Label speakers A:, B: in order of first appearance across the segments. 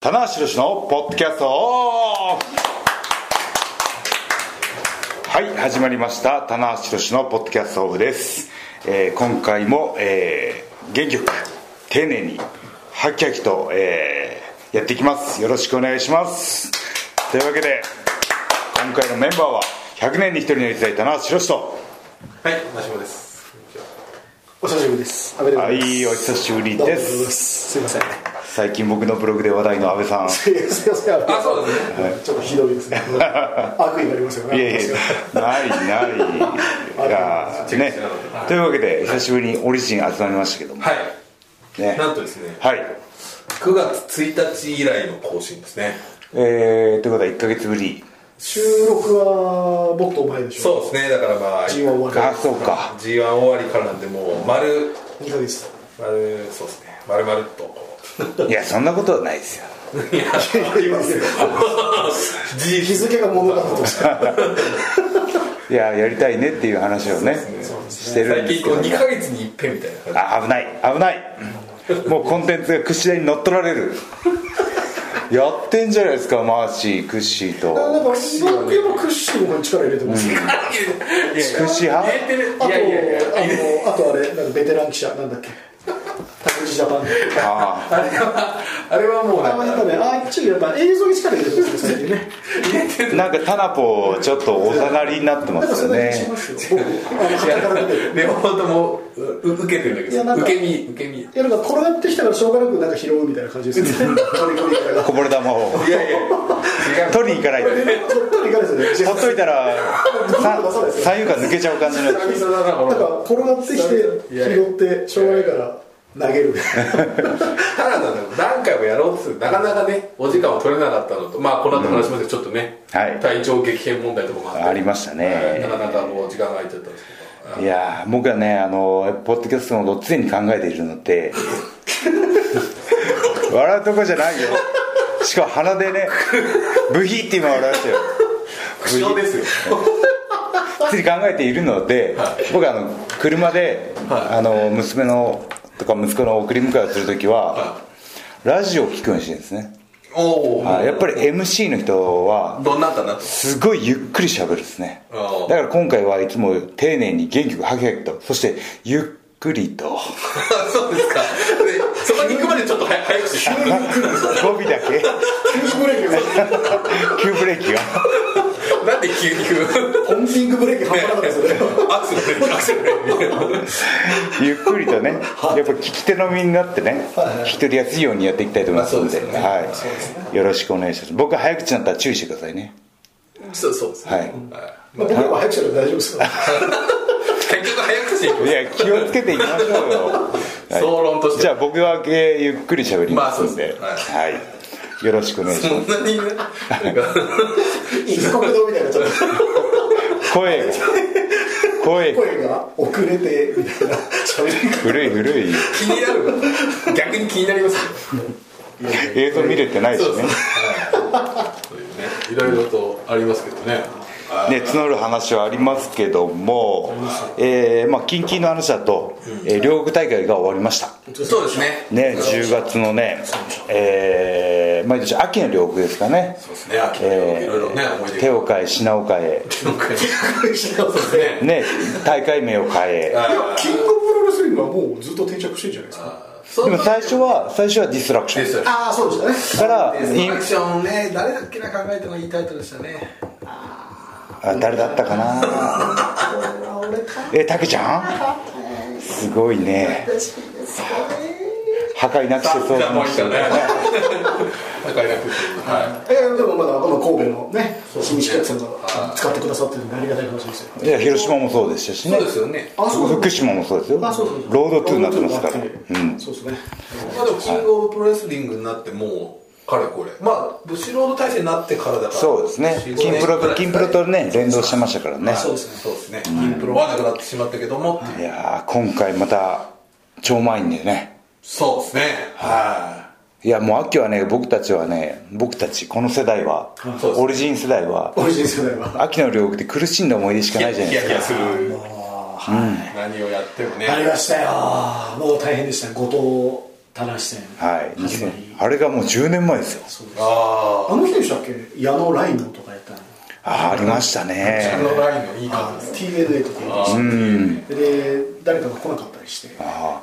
A: 棚橋宏のポッドキャストオフはい始まりました棚橋宏のポッドキャストオフです、えー今回も、えー元気よく丁寧にハキハキと、えーやっていきますよろしくお願いしますというわけで今回のメンバーは100年に一人の逸材棚橋宏と
B: はい、マシモです。
C: お久しぶりです。阿部でござ
A: はいい
C: ます。
A: お久しぶり
C: どう
A: で
C: もおはようございますす。すいません。
A: 最近僕のブログで話題の安倍さん
C: いやすいません。
B: あ、そう
C: う。
B: ですね。
C: ちょっとひどい ですね。悪意がありますよ
A: い
C: ね。
A: やいやないないいやーねというわけで久しぶりにオリジン集まりましたけども
B: はい。
A: ね
B: なんとですね、
A: はい
B: 9月1日以来の更新ですね。
A: えーということは1か月ぶり
C: 収録はもっと前でしょ。
B: そうですね、だからまあ、
C: G1
B: G1
C: 終わり。
A: あそうか
B: 終わりからなんで、もう、丸、
C: 二ヶ月。
B: 丸、そうですね、丸々っとこ
A: いやそんなことはないですよ
C: いやいやいや
B: う。G
C: 日付が物語 として。
A: いややりたいねっていう話をねしてるん
B: 最
A: ですけ
B: 近こ
A: ど
B: う
A: も
B: 2ヶ月に一遍みたいな感
A: あ危ない危ないもうコンテンツがクッシーに乗っ取られるやってんじゃないですかマーシークッシーと
C: なんか僕やっぱクッシーも力入れてます。あ
B: じ。いや
A: クッシー
B: 入
A: 派
B: れてる。い
C: とあ
B: やいやいや。
C: のあとあれなんかベテラン記者なんだっけ。タクジジャパン。
A: あ
B: あれは、あれはもう
C: あ
B: なん
C: なん
B: か
C: かねあっちやっぱ映像に力入れてますね最 近ね。
A: ーなんかタナポちょっとおざなりになってま
C: なんか
A: す
C: そ
A: よ
C: んな気し
A: ね
C: ますよ。僕あ の旗から出てる。
B: 両方ともうう受けてるんだけ
C: いやな
B: ど、
C: んか
B: 受け身、受け身。
C: いやなんか転がってきたからしょうがなくなんか拾うみたいな感じです よね。飛び込みからが。
A: こぼれ玉を
B: いやいや、 違う。
A: 取りに行かないと
C: ちょっといかないですよ
A: ほ
C: ね。
A: っといたらさ
C: そうです
A: 三遊間抜けちゃう感じの
B: 久々だな、こ
C: なん
B: の。
C: か転がってきて拾ってしょうがないから投げる。
B: ただなんだよ何回もやろうとするなかなかねお時間を取れなかったのとまあこの後話しますけど、ちょっとね、
A: はい
B: 体調激変問題とかもあって
A: ありましたね
B: はいなかなかもう時間が空いちゃったんですけど
A: いやー僕はねあのポッドキャストのことを常に考えているので笑うとこじゃないよしかも鼻でねブヒって今笑いましたよ
B: 苦笑ですよ
A: 常に考えているので僕あの車で、あの娘のとか息子の送り迎えをするときは、ラジオを聞くようにしてるんですね、
B: おお
A: あやっぱり MC の人は
B: どんなんかなと
A: すごいゆっくりしゃべるですね
B: ああ
A: だから今回はいつも丁寧に元気よくハキハキとそしてゆっくりと
B: そうですかでそこに行くまでちょっと早早くして
A: 語尾だけ
C: ブレーキが
A: 急ブレーキが
B: なんで急に行く
C: ポンピングブレーキ半端なかったですよね。
B: アクセルブレーキアクセルブレーキ
A: ゆっくりとねやっぱ聞き手の身になってね聞き取りやすいようにやっていきたいと思いますので,、
B: まあそうですよね
A: はい、よろしくお願いします僕は早口になったら注意してくださいね
B: そうそうですね
A: はい
C: まあ僕らは早くしたら大丈夫 ですから。
B: 結局早くしていく
A: いや気をつけていきましょうよ、はい
B: 総論として
A: じゃあ僕はけゆっくりしゃべりますんで,、
B: まあそうです
A: はいよろしくお願いし
B: そ
A: ま
B: んなにねなんか
C: 一国道みたいなちょっ
A: す声が声
C: と
A: が
C: 声が遅れてみたいな喋り方。
A: 古い古い
B: 気になる逆に気になりますよ
A: 映像見れてないし
B: そうです
A: ね
B: ね。というね、いろいろとありますけどね。はい
A: ね、募る話はありますけども、えーまあ、近々の話だと、えー両国大会が終わりました、
B: そうですね。
A: ね、10月のね、えー毎年秋の両国ですかね、
B: そうですね。秋
A: え
B: いろいろね、思い
A: ー
B: 出
A: 手
B: が。
A: を変え、品を変え、
B: そうですね。
A: ね、大会名を変え、
C: いやキングオブプロレスリングはもうずっと定着してるんじゃないですか。
B: そ
A: で
B: う
A: も最初は、最初はディスラクショ
B: で
A: ン
B: すよ。
C: ああそうでした
A: か
C: ね。
A: ら、イン
B: アクションね、誰だっけな考えてもいいタイトルでしたね。
A: あ誰だったかな、
C: 俺か。
A: えー、たけちゃん、すごいね、破壊なくしてそうな
B: もう一
A: 人
B: 回ね。高いなくて。は
C: えー、でもまだこの神戸のね新宿さんが使ってくださってるんでありがたい話ですよ
A: いや広島もそうでしたし
B: い。
A: ね
B: そうですよね。
C: あそうそう
A: 福島もそうですよ
C: あそうそうそう
A: ロードトゥーになってますか
C: ロ
A: ら
C: ードトゥーになってそうですね
B: まあでもキングオブプロレスリングになってもうかれこれ。まあブシロード体制になってからだから。
A: そうですね
B: 4
A: 金プ
B: 5年くら
A: ロ
B: い
A: 金プロとね連動してましたからね
B: そうですね。そうですね。金プロはなくなってしまったけどもってい
A: い
B: う。
A: やー今回また超満員でね
B: そうですね。はい
A: やもう秋はね僕たちはね僕たちこの世代は
B: そうです
A: オリジン世代は
C: 美味しいですよね
A: 秋の両国で苦しんだ思い出し
B: い。
A: かないじゃないですか
B: やする。何をやってもね。
C: ありましたよもう大変でした後藤田無戦
A: はい
C: 始まり
A: 2000あれがもう10年前ですよ
B: あ
C: あの人でしたっけ矢野ライノとかやったの
A: あーありました
B: あ
A: ね
B: あのラインのいい感じです
C: TNA とかやりましたで誰かが来なかったりして名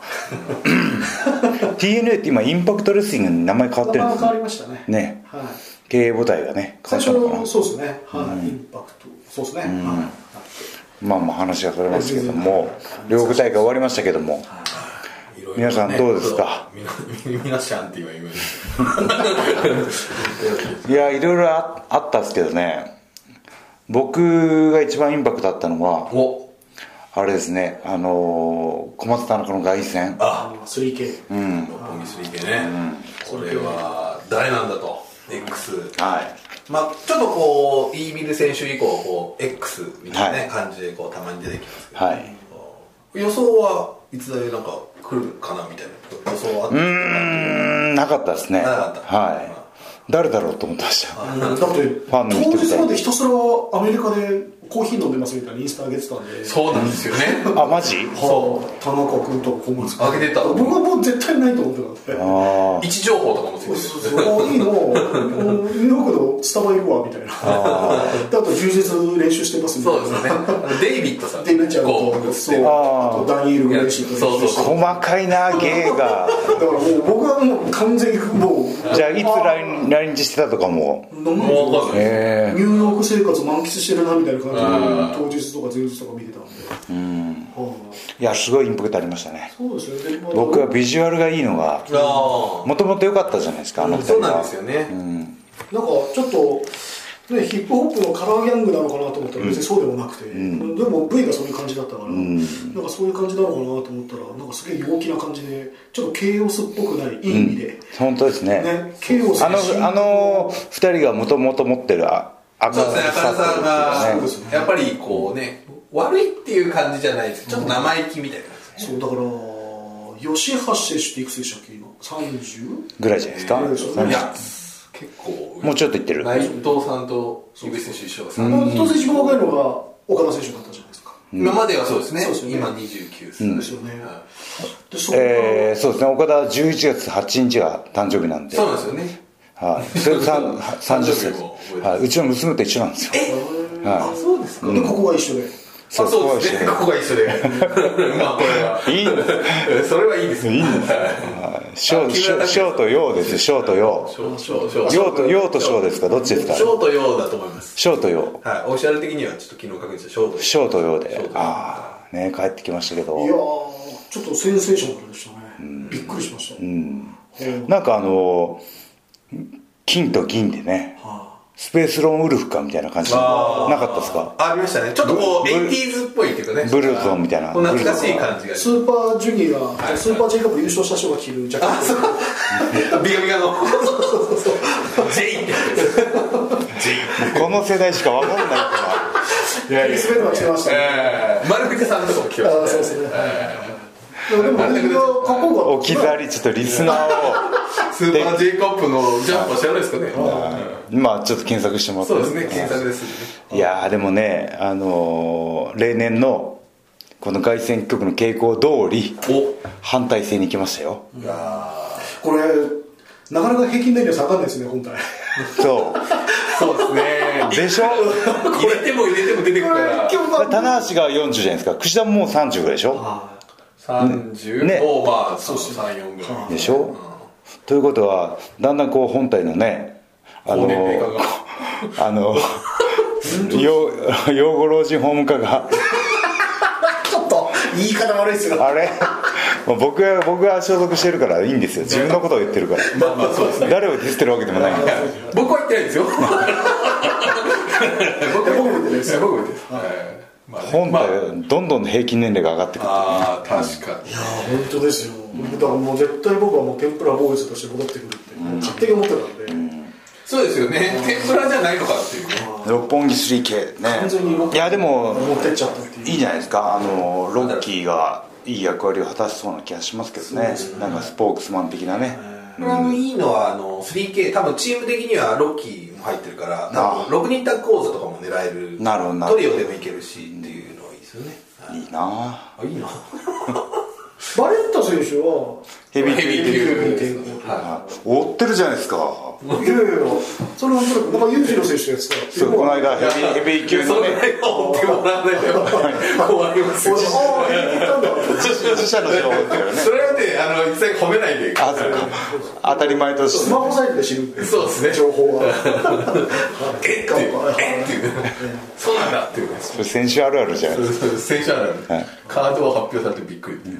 A: TNA って今インパクトレスリングに名前変わってるん
C: 前
A: で
C: が
A: す
C: 変
A: ね
C: わりましたね
A: ね
C: はい
A: 経営母体がね変
C: 最
A: わったの
C: 初
A: かな
C: のそうですねはいインパクトそうですねはい
A: まあまあ話がそれますけども両国大会終わりましたけども
B: いろいろね
A: 皆さんどうですか
B: みなみ皆さんって今言う
A: いやいろいろああったんですけどね僕が一番インパクトあったのは
B: お
A: あれですねあのー小松田中の凱旋
B: あ
C: 3K
B: 六本木スリー系ね、これは誰なんだと X
A: はい
B: まあちょっとこうイービル選手以降こう X みたいな、ね
A: はい
B: 感じでこうたまに出てきますけど、
A: はい
B: 予想はいつだよなんか来るかなみたいな予想はあった
A: うーんなかったですね
B: なかった
A: はい誰だろうと思ってました
C: だって
A: ァンの人
C: 当日までひたすらアメリカでコーヒー飲んでますみたいなインスタ上げてたんで
B: そうなんですよね
A: あマジ
C: そう田中君と小松君
B: 上げてた
C: 僕はもう絶対ないと思ってたんで
A: あ
B: 位置情報とかもついてる
C: そうそういいのうんニューヨークのスタバいるわみたいなあと充実練習してますみた
B: そ
C: い
B: うで
C: な
B: すよねあのデイビッドさん
C: ってなっちゃう
B: こと
C: そう
B: う
A: あ
C: あとダニエル・グレイシーと練習して
A: あ細かいな芸が
C: だからもう僕はもう完全にもう
A: じゃあいつ来日来日してたとかも
C: 飲む
B: もうわかんない
A: え
C: ニューヨーク生活満喫してるなみたいな感じで当日とか前日とか見てたんでうん
A: ーいやすごいインパクトありましたね
C: そうですよねでまあ
A: 僕はビジュアルがいいのが
B: あ
A: もともと良かったじゃないですかあの
B: あ
A: 二
B: そ
A: 人
B: うなん
A: は
B: ですよね、
C: なんかちょっと、ね、ヒップホップのカラーギャングなのかなと思ったら別にそうでもなくて、でも V がそういう感じだったから、なんかそういう感じなのかなと思ったらなんかすげえ陽気な感じでちょっとケイオスっぽくないいい意味で、
A: 本当ですね
C: ねケイオス
A: あのあの二人がもともと持ってるあ明る
B: そうですね、
A: さっ
B: 赤
A: ていう
B: さ
A: か
B: ん
A: ね
B: が、やっぱりこうね、悪いっていう感じじゃないですけどちょっと生意気みたいな感じ
C: そうだから吉橋選手っていくつでしたっけ今 30?
A: ぐらいじゃないですか、
C: ぐらいですよ
B: ですね。
C: ね
B: いや、結構、
A: もうちょっといってる
B: 内藤さんと井口選手一緒がさ、
C: 当然一番若いのが岡田選手だったじゃないですか、
B: 今まではそうですね、
C: そうですよね
B: 今29歳、
C: ですよね
B: はい
C: でそこから、
A: えー、そうですね岡田は11月8日が誕生日なんで
B: そうなんですよね。
A: はい、それさん30歳
B: 誕生日も覚えてます
A: はい、うちの娘と一緒なんですよ
B: あ、そうですか。
C: でここが一緒で
B: あそうですね、ここが一緒で。ま あ、これは。
A: いいんです
B: それはいいですよ。いいんです
A: 小小小と陽ですよ小と陽陽と陽と小ですかどっちですか
B: 小と陽だと思います。
A: 小と陽
B: はい、オフィシャル的にはちょっと昨日確認した小と陽
A: 小と陽
B: 小と
A: で
B: 陽
A: ああね帰ってきましたけ
C: いやー
A: ど
C: ちょっとセンセーショナルでしたね、びっくりしました、うん
A: なんかあの金と銀でねスペースロンウルフかみたいな感じな
B: あー
A: かったですか
B: ありましたねちょっとこう
A: ブブ
B: 80s っぽいっていうかね
A: ブルーゾンみたいな
B: こう懐かしい感じが
C: スーパージュニア、スーパー J カップ優勝した人が着るジャケット
B: ビガビガの J ってやつです
A: この世代しかわかんないか
C: リスペルが着てましたね、
B: えー丸藤さんとかも来ま
C: あー
B: し
C: そう
B: た
C: ですね、でもあれがかっこよ
A: ら
C: か
A: 置
C: った
A: き去りちょっとリスナー
B: スーパー J カップのジャンプは知らないですかね
A: を今ちょっと検索してもらって
B: そうですね検索ですね
A: いやーでもね、あのー例年のこの凱旋局の傾向通り
B: お
A: 反対性に行きましたよ、
C: これなかなか平均年齢下がんないですね本体
A: そ
B: そうですね
A: うでしょ
B: 入れても入れても出てくるから
A: 棚橋が40じゃないですか櫛田ももう30ぐらいでしょ
B: 30
A: ね
B: オーバー34ぐらい
A: でしょ、ということはだんだんこう本体のねあの
B: 高年齢化
A: ー
B: が
A: あのー養養護老人ホーム課が
C: ちょっと言い方悪いですが
A: あれ もう僕が僕が所属してるからいいんですよ自分のことを言ってるから
B: まあまあそうですね
A: 誰をディスってるわけでもないんで
B: 僕は言ってないですよ僕は言ってないですよ僕は言ってないですはいまあね
A: 本
B: まあ
A: 体どんどん平均年齢が上がってくる
B: ああ確かに
C: 本当ですよ、だからもう絶対僕はもう天ぷらボーイズとして戻ってくるって、勝手に思ってたんで、
B: そうですよね天ぷらじゃないのかっていうね
A: 六本木 3K ね
C: 完全に僕
A: いやでも
C: 持ってっちゃったっていう
A: いいじゃないですかあのロッキーがいい役割を果たしそうな気がしますけどねなんかスポークスマン的なね
B: これあのいいのはあの 3K 多分チーム的にはロッキーも入ってるから
A: あ
B: 多分6人タッグ王座とかも狙える
A: なるほどなるほ
B: ト
A: ど
B: リオでもいけるしっていうのはいいですよね
A: いいな
B: あいいな
C: バレッタ選手は
A: ぁヘビー級
B: ヘビー級
C: い
B: ですは
A: 追ってるじゃないですか
C: やいやいやそれはなんとなくなんかユージの選手のやつから
A: そうこの間ヘビーヘビ
B: い
A: ー級のね
B: そんなに追ってもらわない と困りますよ
C: ああ言ったんだ
A: 自社の情報っていうのはね
B: それはねあの一切褒めないで
A: あそうか当たり前とし
C: ス
A: て
C: マホサイトで知る
B: そうですね
C: 情報は
B: えっていうえっていうそうなんだっていうね
A: 選手あるあるじゃないですか
B: 選手なのにカードを発表されてびっくりっていう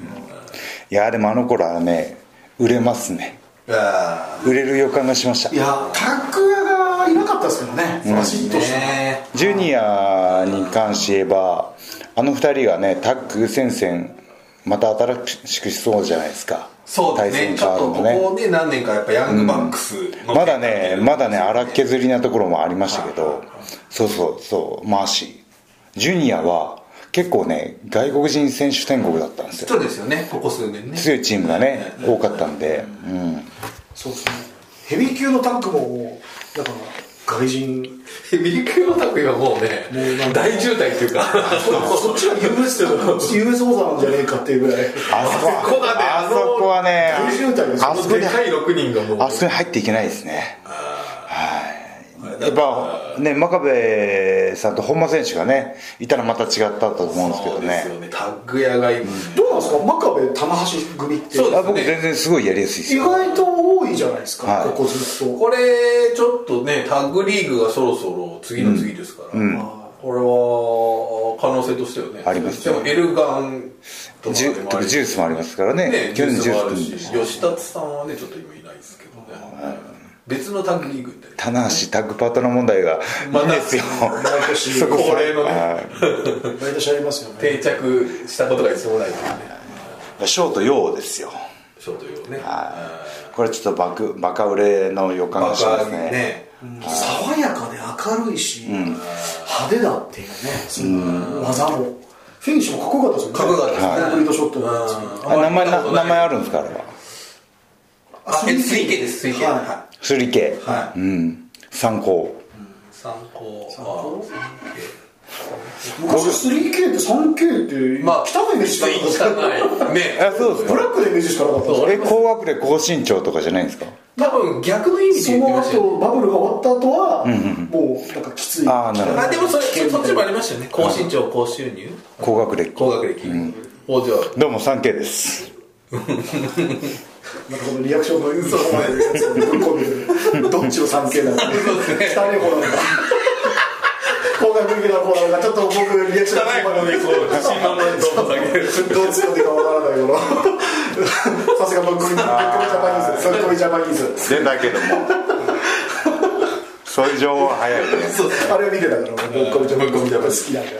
A: いやでもあの頃はね売れますね
B: あ
A: 売れる予感がしました
C: いやタック屋がいなかったですからねバシッ
B: あ
C: とした
B: ね
A: ジュニアに関して言えばあの二人がねタッグ戦線また新しくしそうじゃないですか
B: そうで
A: 対
B: すね
A: 戦
B: ちょ
A: カ
B: っ
A: ード
B: と
A: も
B: こ
A: ね
B: こね何年かやっぱヤングバックスの
A: まだねまだね荒削りなところもありましたけどそうそうそうマーシージュニアは結構ね外国人選手天国だったんですよ
B: そうですよねここ数年ね
A: 強いチームがね多かったんで、うん、
C: そうですねヘビー級のタッグもだから外人
B: ヘビー級のタッグ今もうね
C: もうなんか
B: 大渋滞っていうか
C: そっちは US だからこっち US 王座なんじゃねえかっていうぐらい
A: あそこは
B: あそこだねあ
A: あ
B: の
A: そこはね
C: 大渋滞です
A: あそこ
B: で
A: に
B: かい6人がもう
A: あそこに入っていけないですねはいやっぱね真壁さんと本間選手がねいたらまた違ったと思うんですけ
B: そ
A: ど
B: うです
A: ね
B: よねタッグ屋がいる
C: どうなんですか真壁棚橋組って
B: そう
A: あ僕
B: ですね
A: 全然すごいやりやすいです
C: 意
A: よ
C: 外と多いじゃないですか、
A: はい
C: ここずっと
B: これちょっとねタッグリーグがそろそろ次の次ですから、これは可能性としてはね
A: あります
B: で
A: ね
B: もエルガンとか
A: ジュ
B: もあり
A: ジュースもありますからね
B: ねジ
A: 去
B: ュー
A: 年の
B: ス
A: ジュ
B: もある
A: ー
B: し
A: ス
B: 吉達さんはねちょっと今いないですけどね、別のタッグリーグみたいな
A: 棚橋タッグパートナー問題が
B: ま
A: いい
B: た
A: ですよ
C: 毎年
A: そこ
B: 恒例のね
A: はい
C: 毎年ありますよね
B: 定着したことが一もないからね
A: ショート用ですよ
B: ショート用ね
A: これちょっとバクバカ売れの予感
B: バ
A: がしま
B: カ
A: す
B: ね
A: ね
C: 爽やかで明るいし、派手だっていうねその技もフィニッシュもかっこよかったですよね
B: かっこよかったですね
C: コンクリートショットなんですけど
B: うん
A: あ名前な名前あるんですかあれは
B: あえ推計です推計
C: はい
B: は
A: 3K、
B: は
A: うん参考
B: 参考参
C: 考昔 3K って 3K って、
B: まあ
C: 北のイメージしかな
B: しか
C: かった
B: ないね
A: あそうです
C: ブ
A: か
C: ラックのイメージしかなかった
B: そう
A: え高学歴高身長とかじゃないんですか
B: 多分逆の意味
C: そ
B: で言って
C: の
B: ましたよね
C: 後バブルが終わった後は、もうなんかきつい
A: あーなるほど
B: あでもそれそそっちもありましたよね高身長高収入
A: 高学歴
B: 高学歴おじゃあ
A: どうも 3K です
C: なんかこのリアクションの嘘の前でやつをぶっ込んでるどっちの 3K なのか汚い方なのか 高額的な方なのかちょっと僕リアクションが
B: こでこう自慢のどんどん下げ る
C: どう突っ込んでいいかわからないよ なさすがブックリブックリジャパニーズブックリジャパニーズ
A: でだけども そういう情報は早いね
B: そうですね
C: あれを見てたから俺ブックリジャパニーズ好きなんだよ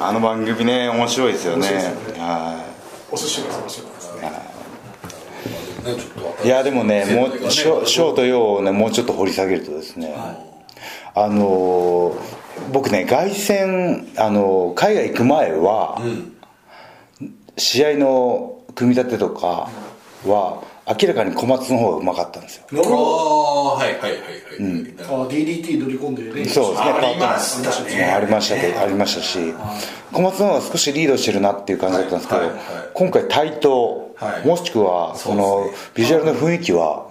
A: あの番組ね面白いですよね
C: 面白いですよね
A: は
C: お寿司が面白いですね
B: ねちょっとわか
A: いい
B: る
A: やでもねも
B: そう
A: う
B: ですね
A: ショショート用をねもうちょっと掘り下げるとですね、あのー僕ね凱旋、あのー海外行く前は、
B: ん
A: 試合の組み立てとかは明らかに小松の方がうまかったんですよ
C: なる
B: ああはいはいはいはい、
C: あ DDT 乗り込んでね
A: そうですね、
B: あ
A: パー
B: り
A: トナ
B: ま
A: ー
B: したね
A: ありましたけど、ありましたし、小松の方が少しリードしてるなっていう感じだったんですけど、
B: はいはいはい
A: 今回、対等、
B: はい
A: もしくはそ
B: そう
A: の
B: ですね
A: ビジュアルの雰囲気は、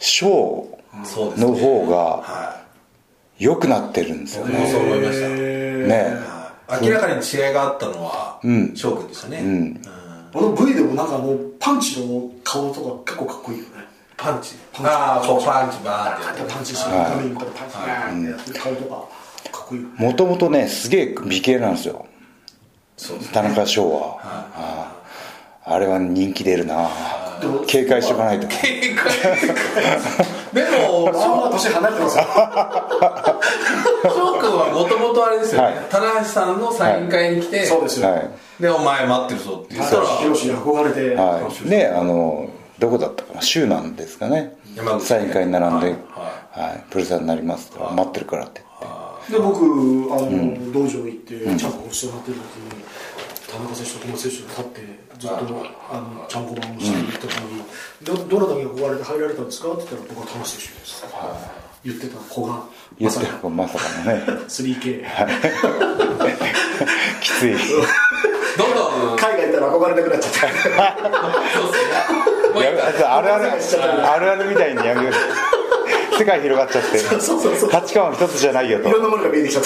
A: ショ
B: そうで
A: ー
B: すね
A: の方が
B: は
A: 良くなってるんですよ
B: い僕も
A: ね。
B: そう思いました
A: ね
B: はい明らかに違いがあったのは翔くんでしたね、うん
C: あの V でもなんかあのパンチの顔とか結構かっこいいよね
B: パンチああこうパンチバーンってやって
C: パンチするためにこうパンチバーンってやってる顔とかかっこいいよね
A: もともとね、すげえ美形なんですよ、
B: そうですね
A: 田中翔は。あーあれは人気出るな
C: でも
A: 警戒しておかないと。
B: で も
C: あんま年離れてますよ
B: 翔くんはもともとあれですよね
A: はい
B: 棚橋さんのサイン会に来て
C: そうですよ
A: は
B: でお前待ってるぞって言ったら
C: ヒロシに憧れて
A: い。はい。ね、あの、どこだったかな、州なんですかね
B: 山口。ね
A: サイン会に並んで、
B: はい
A: はい。プレゼンになりますと。待ってるからって言って。
C: で僕あの、道場行ってちゃんこをしてもらってる時に田中選手と小松選手が立ってずっとあのちゃんこ番をしていった時に、どどなたに憧れて入られたんですかって言ったら僕は田中選手です、言ってた子が
A: 言
C: ま
A: っ
C: さ
A: て
C: か
A: ま さかのね
C: 3K
A: きつい
B: どんどん
C: 海外行ったら憧れなくなっちゃった
B: そうですねもう
A: や
B: 一
A: め
B: 回
A: あるあるあるあるみたいにやめよう世界広がっちゃって
C: そうそうそう
A: 価値観は一つじゃないよ
C: いろ
A: と
C: んなものが見えてきちゃっ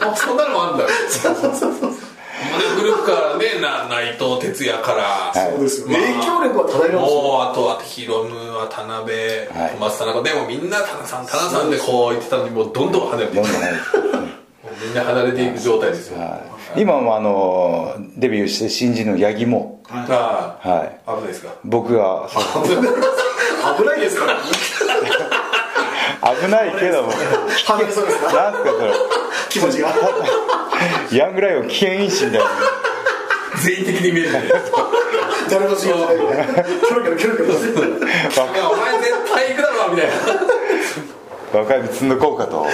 C: た
B: あそんなのもあんだ古くからねな内藤哲也から、
C: そうですよね
B: まあ
C: 影響力は漂いますよ
B: もうあとはヒロムは田辺、
A: い
B: 小松田中でもみんな田中さん田中さんでこう言ってたのにもうどんどん離れてい
A: ど
B: く
A: んどん
B: もうみんな離れていく状態ですよ、
A: 今もあのデビューして新人の八木も
B: ああ
A: はい
B: 危ないですか
A: 僕が
C: 危ないですから
A: 危ないけども
C: はげそうですか
A: なんすか
C: 気持ちが
A: それヤングライオン危険因子みたいな
B: 全員的に見えるじゃないですか
C: 誰も知らないみたいなキョロキョロキョロキョロ
B: いやお前絶対行くだろみたいな
A: 若いぶつんどこうかと
B: ね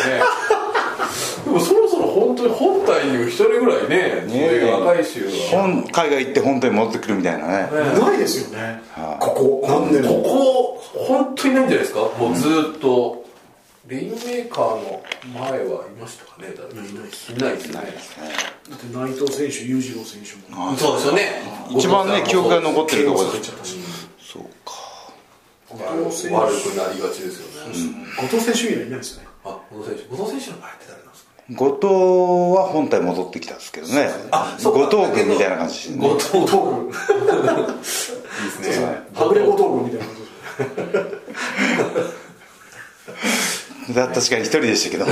B: でもそろそろ本当に本体にも一人ぐらいねそういう若い衆が
A: 本海外行って本当に戻ってくるみたいなね
C: ないですよねここ何年
B: こ
C: も
B: こ本当にないんじゃないですかもうずーっと、レインメーカーの前はいましたかね誰かいないですね
C: だって内藤選手裕次郎選手も
B: そうですよね
A: 一番ね記憶が残ってるところ
C: 入っ
A: で
C: ち
A: す
C: ゃったし
A: そうか
C: 後
B: 悪
C: 藤
B: く
C: 選
B: なりがちですよね、
C: 手後藤選手以外いないですよね
B: あ後藤選手後藤選手の前って誰なんですかね
A: 後藤は本体戻ってきたんですけどね後藤君みたいな感じですね
B: 後藤 君いいですね
C: はぐれ後藤軍みたいな感じです
A: だ確かに一人でしたけど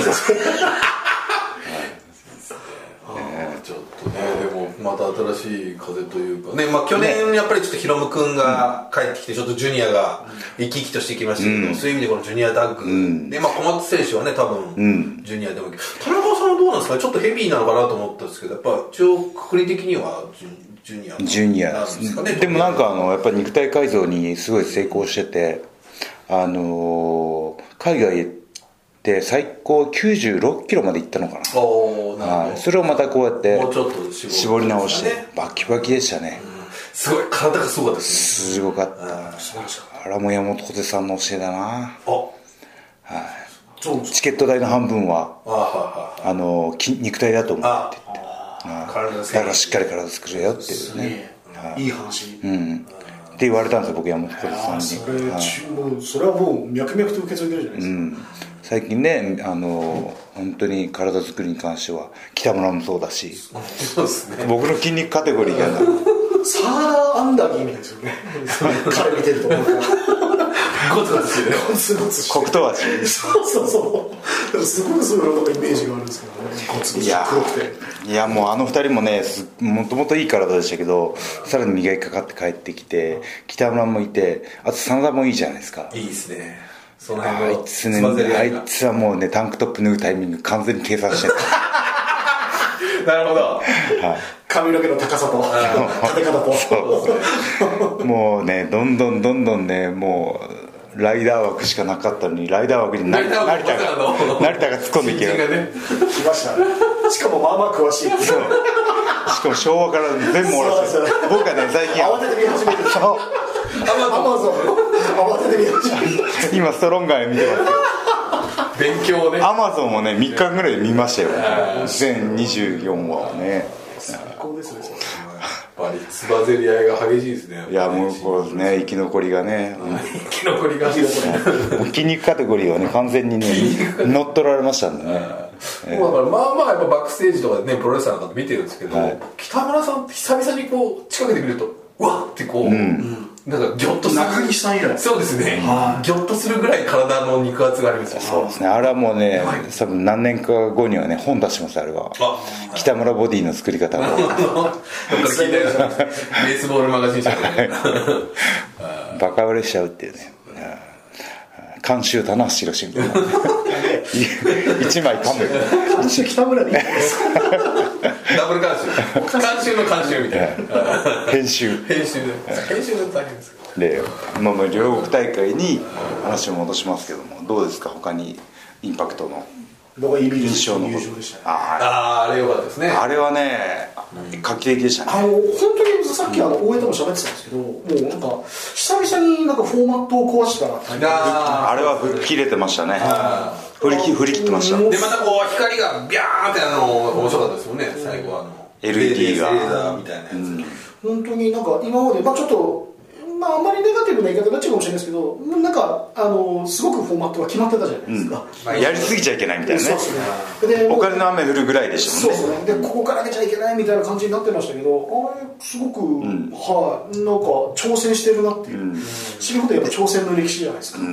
B: ちょっとね、でもまた新しい風というかね、まあ、去年やっぱりちょっとヒロム君が帰ってきてちょっとジュニアが生き生きとしてきましたけど、そういう意味でこのジュニアタッグ、で、まあ、小松選手はね多分ジュニアでも、田中さんはどうなんですかちょっとヘビーなのかなと思ったんですけどやっぱ一応くくり的にはジュジュニア
A: ジュニア
B: な
A: で
B: んです
A: す
B: か
A: ね
B: ね
A: でもなんかあのやっぱり肉体改造にすごい成功しててあのー海外へ行って最高96キロまで行ったのか
B: あーな
A: な、
B: るほど
A: はい、それをまたこうやって
B: もうちょっと絞る
A: 絞り直して
B: ね
A: バキバキでしたね
B: すごい体がすごかったですね
A: すごかった
C: 素晴らしかっ
A: あらも山本小手さんの教えだな
B: あ
C: たそうです
A: チケット代の半分は
B: あーは
A: あの筋肉体だと思う
B: ーはーあ
A: はい
B: 体が
A: だからしっかり体作れよっていうね
C: ねいい話
A: うんって言われたんですよ僕山本小手
C: あ
A: さん
C: あ
A: に
C: それちもうそれはもう脈々と受け継いでるじゃないですか
A: 最近ねあの本当に体作りに関しては北村もそうだし
B: そうですね
A: 僕の筋肉カテゴリーが
C: サーラーアンダギーみたいですよね彼見てると思うから
B: ゴツゴツしてる
C: ゴツゴツして
A: 黒糖味
C: そうそうそうでもすごくそういうのとかイメージがあるんですけどねゴツゴ
A: い
C: ツ
A: や
C: 黒くて
A: いやもうあの二人もねすもともといい体でしたけどさらに磨きかかって帰ってきて北村もいてあと真田もいいじゃないですか
B: いいですねその
A: あ
B: 辺の
A: いつね
B: つまずり
A: あ
B: 合い
A: い
B: が
A: つはもうねタンクトップ脱ぐタイミング完全に計算してる
B: なるほど
C: 髪の毛の高さと立て方と
A: もうねどんどんどんどんねもうライダー枠しかなかったのにライダー枠に成田
B: ライ
A: 成
B: ダ
A: 田
B: ー枠まさかの
A: が成田が突っ込んでいける
B: 新人がね
C: 来ましたねしかもまあまあ詳しいっていう
A: しかも昭和から全部おろす
C: そうそう
A: 僕はね最近
C: 慌てて見始めてる
A: そう
C: アマゾン慌てて見始めてる
A: 今ストロンガー見てますけ
B: 勉強をね
A: どアマゾンをね3日ぐらいで見ましたよ全24話をね
C: 最高ですねそれ
B: やっぱりつばぜり合いが激しいですね
A: いやもうこうね生き残りがね
B: 生き残りが生き残 り
A: もう筋肉カテゴリーはね完全にね乗っ取られましたんでね
B: もうだからまあまあやっぱバックステージとかでねプロレスラーなんか見てるんですけど、
A: はい
B: 北村さんって久々にこう近くで見るとうわっってこう、なんかギョッとする
C: 中西さん以来
B: そうですね、ギョッとするぐらい体の肉厚がありますよ
A: そう ですねあれはもうね多分何年か後にはね本出しますあれは
B: あ
A: 北村ボディの作り方を
B: あのどっから聞いたようなベ ースボールマガジン社とかね
A: バカ売れしちゃうっていうねうん監修棚橋宏みたいな 一枚噛む
C: 監修北村でいいです
B: ダブル監修監修の監修みたいな
A: 編集
B: 編集で編集で大変ですけど
A: で、まあ、まあ両国大会に話を戻しますけどもどうですか他にインパクトの
C: 僕はイメージ
A: 印象の
C: 優勝でしたね
A: あ
B: あああれ良かったですね
A: ああれはね画期的でした
C: あ
A: ね
C: の本当にさっきあの大江とも喋ってたんですけど、もうなんか久々になんかフォーマットを壊したら大変
B: あー
A: あれは吹っ切れてましたね振り切振り切ってました
C: うん
B: でまたこう光がビャーってあの面白かったですよね最後はあの
A: LED が
B: レーザーみたいなやつ、
C: 本当になんか今まで、まあ、ちょっと、まあ、あんまりネガティブな言い方になっちゃうかもしれないですけどなんかあのすごくフォーマットが決まってたじゃないですか、
B: まあ
A: やりすぎちゃいけないみたいな
C: そう
A: ね
C: ですねで
A: お金の雨降るぐらいでし
C: そ
A: ょ
C: う
A: う
C: で
A: ね
C: すねでここから上げちゃいけないみたいな感じになってましたけどあれすごく、はいなんか挑戦してるなっていう、知るほどやっぱ挑戦の歴史じゃないですか,、だか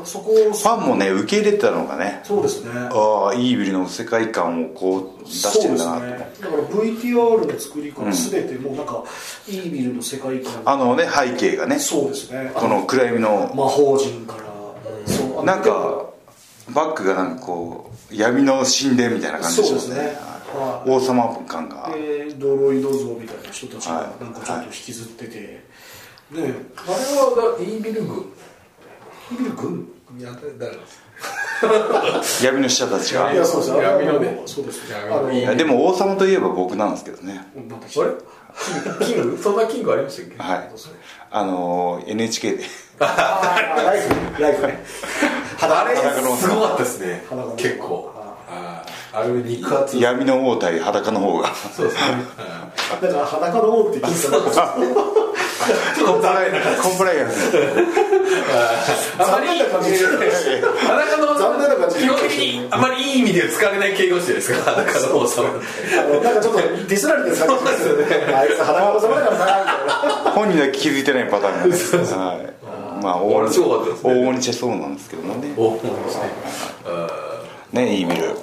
C: らそこを
A: ファンもね受け入れてたのがね
C: そうですね
A: ああイービルの世界観をこう出してるなと
C: そうですねだから VTR の作りから全てもうなんか、イービルの世界観
A: あのね背景がね
C: そうですね
A: この暗闇の
C: 魔法陣から、そうあの
A: なんかバックがなんかこう闇の神殿みたいな感じ
C: そう
A: し
C: で
A: ますす
C: ね
A: ね
C: はい
A: 王様感が
C: でドロイド像みたいな人たちが
A: はい
C: なんかちょっと引きずってて、ね
B: あれはだイービル軍
C: イービル軍
B: いや誰なんですか
A: 闇の使者たちが
C: いやそうですあれは
B: 闇のね
C: そうです
B: 闇
C: あ
B: の
C: の
B: い
A: いやでも王様といえば僕なんですけどね
C: また来
B: あ
C: た
B: れキングそんなキングありましたっけ
A: はい あのー NHK で
C: あーライフねライフね
B: あれ
A: 裸の
B: すごかったですね
C: 裸の
B: 結構あーあれ肉厚
A: 闇の王対裸の方が
B: そうですね
C: だから裸の王って聞いてたんですよ
B: ちょっと残念な感
A: コンプライアンス
B: じあまりいい感じ裸の王
C: 残念な感じ
B: 基本的にあまりいい意味で使われない形容詞ですか裸の王様
C: あのなんかちょっとディスられてる感じですよねあいつ裸の王様だからさみたいな
A: 本人だけ気づいてないパターンがねはいまあ大
B: 面白かっ
A: 盛り
B: たですね
A: 大盛りしてそうなんですけどもね
B: おそうですね
A: ねイービル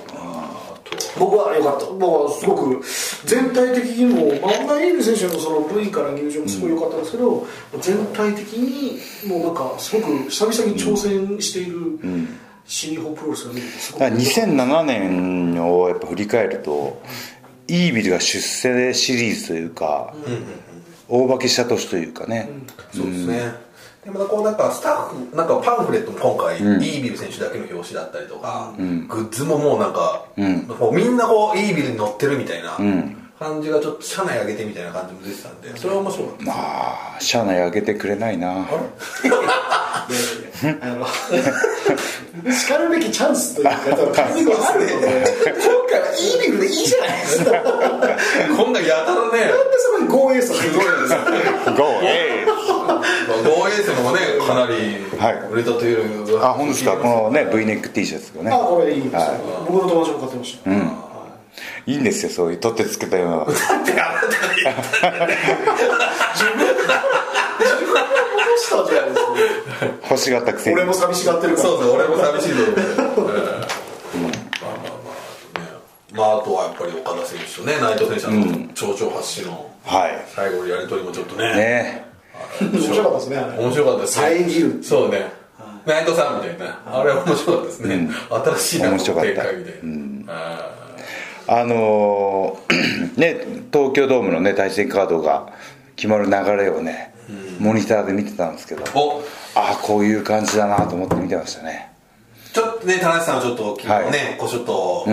C: 僕はあれよかった僕はすごく全体的にも漫画イール選手のその V から入場もすごい良かったんですけど、全体的にもうなんかすごく久々に挑戦している、新日本プロレスが見れてすごく
A: だから2007年をやっぱ振り返ると、イービルが出世シリーズというか、大化けした年というかね、
B: そうですね、でまたこうなんかスタッフなんかパンフレットも今回、イービル選手だけの表紙だったりとか、グッズももうなんか、こうみんなこうイービルに乗ってるみたいな感じがちょっと社内上げてみたいな感じも出てたんでそれは面白かったです
A: ああ社内上げてくれないな
C: あ の叱るべきチャンスというか、結構あるので、今回はいいビルでいいじゃないですか。なんで
B: こんなやたらね
C: そこに豪栄さす
B: すごいですね
A: GO! え
B: ゴーエースもねかなり売れたという、
A: あ本当ですか このね V ネック T シャツがね
C: あ、これいいですね。僕の友達も買ってました。
A: いいんですよそういう取ってつけたような
C: どうしたじゃないですか。
A: 欲しがったくせに
C: 俺も寂しがってるから
B: そうそう俺も寂しいぞ、うん、まあまあまあねまああとはやっぱり岡田選手とね内藤選手の頂上発信の
A: は
B: 最後のやり取りもちょっと
A: い
B: ね
A: ね
C: 面白かったですねあれ
B: 面白かったですね
C: 遮る
B: そうね内藤さんみたいなあれ面白かったですね新しいなん
A: 面白かった
B: 展開みたいな
A: あのー ね東京ドームのね対戦カードが決まる流れをね、モニターで見てたんですけど
B: お
A: ああこういう感じだなと思って見てましたね
B: ちょっとね田中さんはちょっと昨日ね、こうちょっと、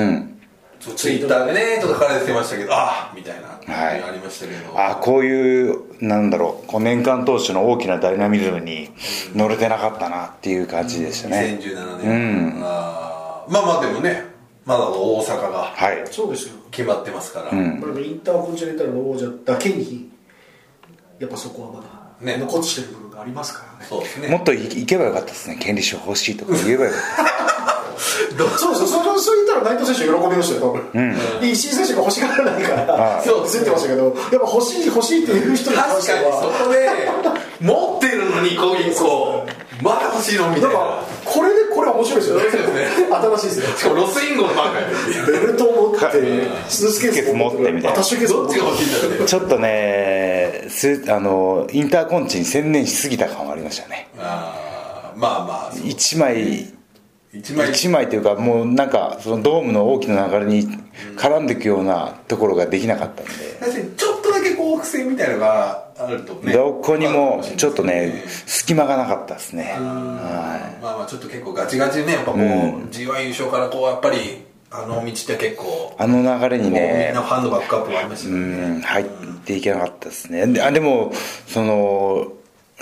B: そうツイッターでねちょっと書かれてましたけどあみたいな、
A: はい
B: ありましたけど
A: あこういうなんだろうこう年間投手の大きなダイナミズムに乗れてなかったなっていう感じでしたね、
B: 2017年、あーまあまあでもねまだ大阪が
A: はい
C: そうですよ。
B: 決まってますから、
C: まあでもインターコンチネンタルの王者だけに、やっぱそこはまだ
B: ね
C: 残してる部分がありますからね。
B: そうですね
A: もっといいけばよかったですね権利書欲しいとか言えばよかっ
C: そうですよ。それそれ言ったら内藤選手喜びましたよ。多分。で石井選手が欲しがらないから、
B: そう
C: 焦ってましたけど、やっぱ欲しい欲しいっていう人に関
B: 確
C: して
B: かにそ
C: は。
B: こで持ってるのにこういうこうまだ欲しいのみたい
C: な
B: なん
C: かこれでこれは面白いですよね
B: 面白いですね
C: 新しいですね
B: しかもロスインゴのばっかり
C: ベルトを持ってスーツケ
A: スーツ
C: ース
A: ケース持ってみたいな
C: アタッシュケース
B: ど
C: 持
B: っ
C: っ
B: ち
C: て
B: が欲しいんだろう
A: た
B: ね
A: ちょっとねすあのインターコンチに専念しすぎた感はありましたね
B: あーまあまあそう
A: 1枚
B: 一枚
A: 1枚というかもうなんかそのドームの大きな流れに絡んでいくようなところができなかったんで
B: 確かにちょっとだけこう苦戦みたいなのがあるとね
A: どこにもちょっとね
B: ま
A: 隙間がなかったですねはい
B: あまあまあちょっと結構ガチガチでねやっぱこう、G1 優勝からこうやっぱりあの道って結構
A: あの流れに
B: み
A: ね
B: んなファンのバックアップがありましたよね、
A: うん入っていけなかったですねであでもその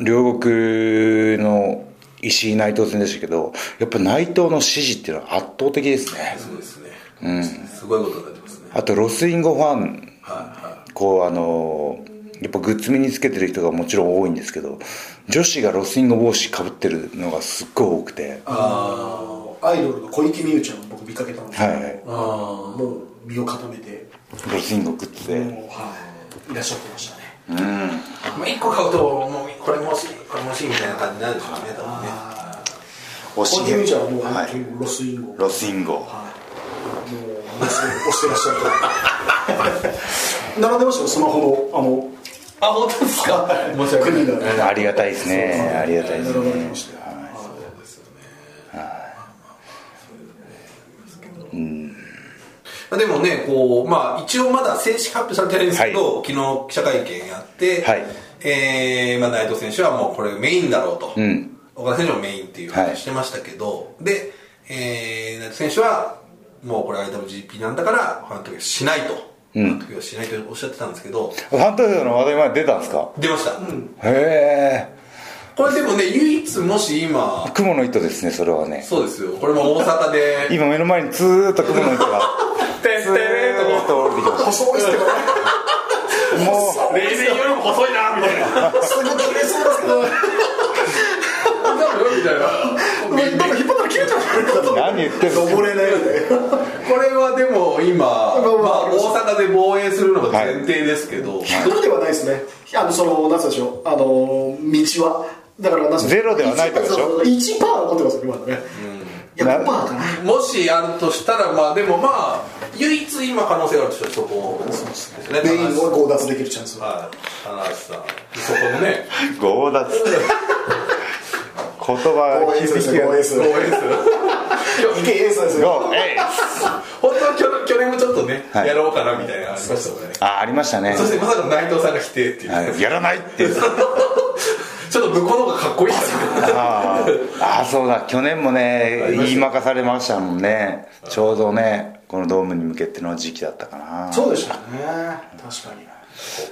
A: 両国の石井内藤戦でしたけどやっぱ内藤の支持っていうのは圧倒的ですね
B: そうですね、すごいことになってますね
A: あとロスインゴファンこうあのやっぱグッズ身につけてる人がもちろん多いんですけど女子がロスインゴ帽子かぶってるのがすっごい多くて
C: あーアイドルの小池美優ちゃんを僕見かけたんですけど、
A: はいはい
B: あ
C: もう身を固めて、
A: ロスインゴグッズで
C: もうはいいらっしゃってましたね
B: あ。もう一個買うと、もうこれも欲しい、これも欲しいみたいな感じになるでしょうね、多分ね。
A: お
C: 小池美優ちゃんはもう、
A: は
C: 結
A: い、
C: 構ロスインゴ
A: ロスインゴ
C: はいもうものすごい押してらっしゃる並んでましたよスマホのあの
B: あ、本当ですか申し訳ない。
C: 国が
A: ありがたいですねありがたいです
C: 並ばれ
A: ね
C: ましたよ
B: でもね、こう、まあ、一応まだ正式発表されてないんですけど、昨日記者会見やって、
A: はい
B: えーまあ、内藤選手はもうこれメインだろうと、
A: ん
B: 岡田選手もメインっていう
A: はい
B: 話してましたけど、で、えー内藤選手は、もうこれ IWGP なんだから、ファン投票しないと、ファン投票しないとおっしゃってたんですけど、
A: ファンタジーの話題前に出たんですか
B: 出ました。
A: へ
B: これでもね、唯一もし今
A: え、雲の糸ですねそれはね
B: そうですよ、これも大阪で、
A: 今目の前にずーっと雲の糸が
B: てんて
A: ずーっと降りてきまし
C: 細いっすけどね
A: たもう
B: と、レイゼンよりも細いな、みたいな。
C: すごい切れそうですけど
B: みたいな。
C: なんか引っ張ったら切れちゃう
A: 何言ってるの
C: 登れないみたいな
B: これはでも今、まあ、大阪で防衛するのが前提ですけど、
C: 黒ではないですねあのそのなんつうんでしょうあの道はだからなんつうん
A: ゼロではないってことでしょ
C: 1パー残ってますよねまだねいや
A: な
C: 5パーかな
B: もしあるとしたらまあでもまあ唯一今可能性があるとしたらそこですね
C: メインを強奪できるチャンスは
B: はい棚橋さんそこもね
A: 強奪言
C: 防
A: 葉
C: 衛する
A: 響きが
C: 防衛す
B: 防
C: る
B: 衛する
C: いけエースですよ
A: ゴーエイ
B: 本当は去年去年もちょっとね、
A: はい
B: やろうかなみたいなのありましたもんね
A: あありましたね
B: そしてまさか内藤さんが否定っていう、
A: はいやらないっていう
B: ちょっと向こうの方がかっこいいからね
A: あーあーそうだ去年もね言いまかされましたもんねちょうどねこのドームに向けての時期だったかな
C: そうでしたね確かに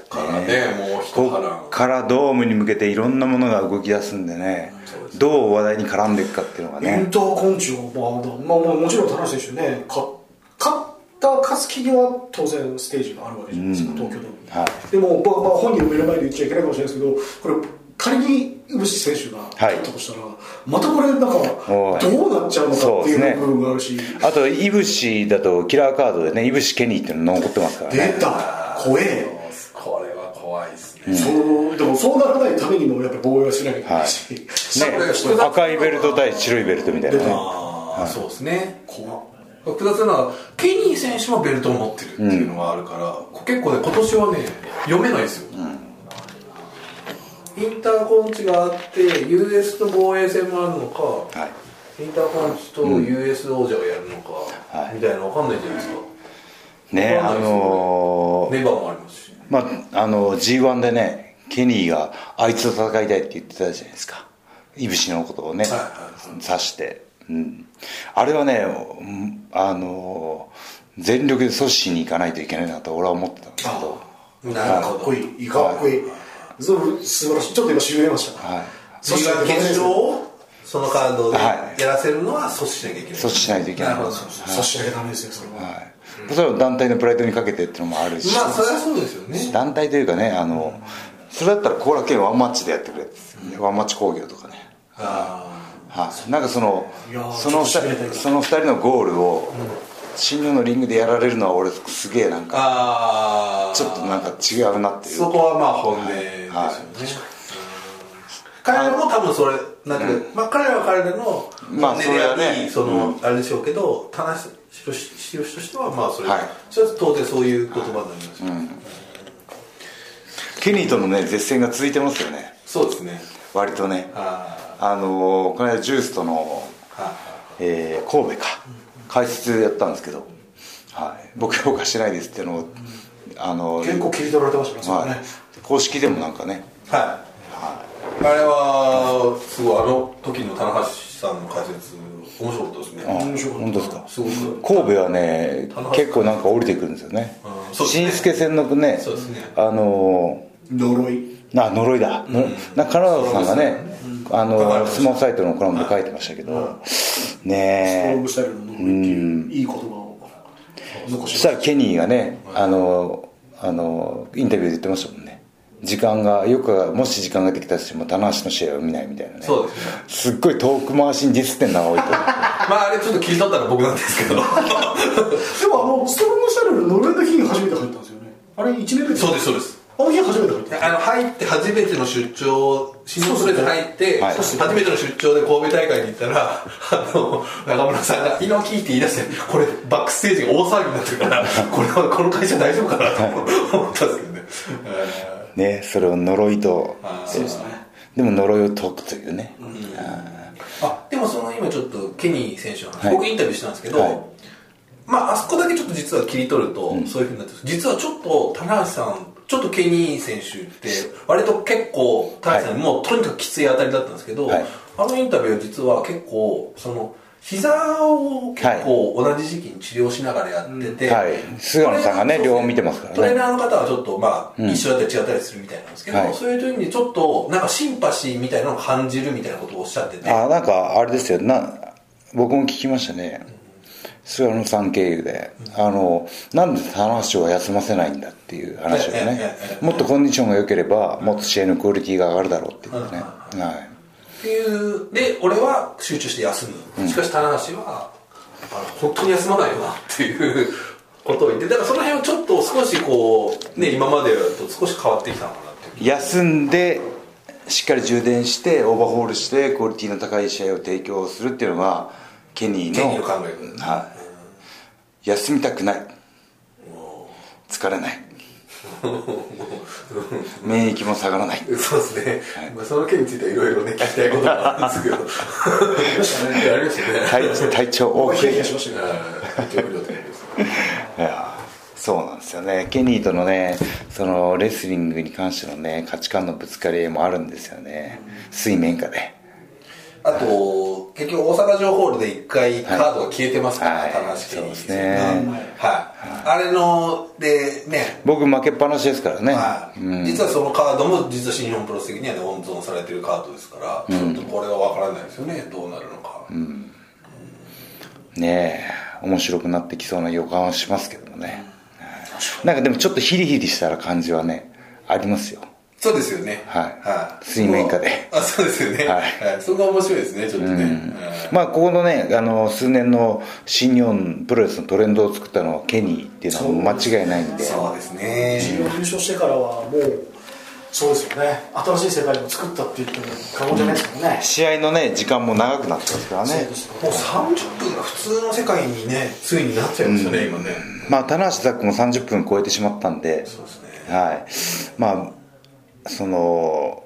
B: からねもう一波
A: こっ
B: 乱
A: からドームに向けていろんなものが動き出すんでねどう話題に絡んでいくかっていうのが
C: イ
A: ね
C: ンターコンチを、まあだまあ、まあもちろん田中選手ね勝勝った勝つ企業は当然ステージがあるわけじゃないですか、東京ドームに、
A: は
C: でも、まあまあ、本人の目の前で言っちゃいけないかもしれないですけどこれ仮に宇渕選手が勝ったとしたら、またこれなんか
A: おい
C: どうなっちゃうのかって
A: そうですね
C: いう部分があるし、
A: あとイブシだとキラーカードでねイブシケニーっていうの残ってますからね
C: 出た怖えよ、
B: これは怖いですね、
C: そうでもそうならないためにもやっぱり防衛はしなきゃいけないし、
A: ね赤いベルト対白いベルトみたいなね
B: ああ、そうですね
C: 怖っ
B: 複雑なのはケニー選手もベルトを持ってるっていうのがあるから、こ結構ね今年はね読めないですよ、インターコンチがあって US と防衛戦もあるのか、
A: はい
B: インターコンチと US 王者をやるのか、
A: はい
B: みたいなの分かんないじゃないですか
A: ねあのー
B: ネバーもありますし
A: まあ、あの G1 でねケニーがあいつと戦いたいって言ってたじゃないですかいぶしのことをね、
B: はいはい
A: 指して、うん、あれはね、うんあの全力で阻止しに行かないといけないなと俺は思ってたんですけど
B: なる
C: か
B: ほ
C: っ
B: ど
C: こいいいいかっこいい、そう素晴らしいちょっと今しびれました
A: はい
B: そして決勝をそのカードで
A: は
B: やらせるのは阻止しなきゃいけない
A: 阻止しないといけない
B: なるほど
C: 差し上げダメですよそれは、
A: はい、それは団体のプライドにかけてっていうのもあるし、
B: まあそれはそうですよね
A: 団体というかねあのそれだったら後楽園ワンマッチでやってくれって言ってワンマッチ興行とかね
B: あ
A: はい、なんかその
C: いやー
A: その二
C: ちょっと知りた
A: 人
C: いな
A: その二人のゴールを新日本のリングでやられるのは俺すげえなん
B: ー
A: か
B: あー
A: ちょっとなんか違うなっていう
B: そこはまあ本音ですよね、
A: はい
B: 彼らも多分それなんか、まあ、彼らは彼らの
A: まあ
B: 本音であ
A: それは
B: り
A: ね
B: その、あれでしょうけど田中宏としてはまあそれ、
A: はい
B: それは当然そういう言葉になりますよ、
A: ケニーとのね絶戦が続いてますよね
B: そうですね
A: 割とね
B: あ
A: あのーこの間ジュースとの、
B: ーは
A: えー神戸か解説やったんですけど、はい、僕評価してないですっていうのをあのー
C: 結構切り取られてましたねそれ
A: は
C: ね
A: い、公式でもなんかね
B: い、はいあれはすごいあの時の田中さんの解説面白かったですね、
A: あ
C: 面白かった
A: 本当ですか
B: すごく
A: 神戸はね結構なんか降りてくるんですよね
B: うんそうですね
A: 新助戦のね
B: そうですね
A: あのー
C: 呪い
A: な呪いだ、のなんか金田さんがね、あ
B: わかり
A: の
B: ました
A: 相撲サイトのコラムで書いてましたけど、
C: ストロン
A: ね
C: グスタイルの呪いっていういい言葉を残
A: えそ
C: し
A: してたらケニーがね、あのあのインタビューで言ってましたもんね時間がよくもし時間ができたとしても棚橋の試合を見ないみたいなね
B: そうですね
A: すっごい遠く回しにディスってんな多いと
B: まああれちょっと切り取ったら僕なんです けど
C: でもあのストロングスタイルのノルウェーの日に初めて入ったんですよねあれ1年目
B: そうですそう
C: で
B: です
C: あの日初めて入った
B: あの入って初めての出張新日本プロレス入って、
A: はい
B: 初めての出張で神戸大会に行ったらあの中村さんが「猪木」って言い出してこれバックステージが大騒ぎになってるからこれはこの会社大丈夫かなと思ったんですけどね、え
A: ねそれを呪いと
B: ー
C: そうですね
A: でも呪いを解くというね、
B: あでもその今ちょっとケニー選手の話、
A: はい
B: 僕インタビューしたんですけど、
A: はい
B: まああそこだけちょっと実は切り取ると、そういうふうになってる実はちょっと棚橋さんちょっとケニー選手って割と結構棚橋さんにもうとにかくきつい当たりだったんですけど、
A: はい
B: あのインタビューは実は結構その膝を結構同じ時期に治療しながらやってて、
A: はい菅野さんがね
B: トレーナー
A: 両方見てますからね
B: トレーナーの方はちょっとまあ一緒だったり違ったりするみたいなんですけど、
A: はい
B: そういう時にちょっとなんかシンパシーみたいなのを感じるみたいなことをおっしゃってて
A: あなんかあれですよな僕も聞きましたね菅野さん経由で、あのなんで棚橋を休ませないんだっていう話を
B: ええ
A: ね
B: ええええ
A: もっとコンディションが良ければもっと試合のクオリティが上がるだろうっていうね、はい
B: っていうで俺は集中して休むしかし棚橋は、あの本当に休まないよなっていうことを言ってだからその辺はちょっと少しこうね今までと少し変わってきたのかなっていう
A: 休んでしっかり充電してオーバーホールしてクオリティの高い試合を提供するっていうのがケニーの
B: ケニーの考え
A: はい、休みたくない疲れない 免疫も下がらない
B: そうですね、まあ、その件についてはいろいろね聞きたいことがあるんですけど
C: りましたね
B: ありました
A: 体
B: ね
A: 体調大
C: ヒ
A: き
C: ヤヒ
A: い
C: ヤしましたけど
B: はいということで
A: いやそうなんですよねケニーとのねそのレスリングに関してのね価値観のぶつかり合いもあるんですよね水面下で
B: あと結局大阪城ホールで一回カードが消えてますから、
A: はい
B: 棚橋ケニー
A: そうですね
B: はい、あれのでね
A: 僕負けっぱなしですからね、
B: はい実はそのカードも実は新日本プロレス的にはね温存されてるカードですから、ちょっとこれは分からないですよねどうなるのか、
A: ねえ面白くなってきそうな予感はしますけどもね、なんかでもちょっとヒリヒリした感じはねありますよ
B: そうですよね
A: はい水面下で
B: あそうですよね
A: は
B: はいい、そこが面白いですねちょっとね、はい
A: まあここのねあの数年の新日本プロレスのトレンドを作ったのはケニーっていうのは間違いないんで
B: そうです
C: 自
B: ね
C: 分が優勝してからはもうそうですよね新しい世界を作ったって言っても過言じゃないですもんね、
A: 試合のね時間も長くなってますから
C: そう
A: ね
C: ですよ
B: もう30分が普通の世界にねついになっちゃいましたね、今ね
A: まあ棚橋ザックも30分超えてしまったんで
B: そうですね
A: はいまあその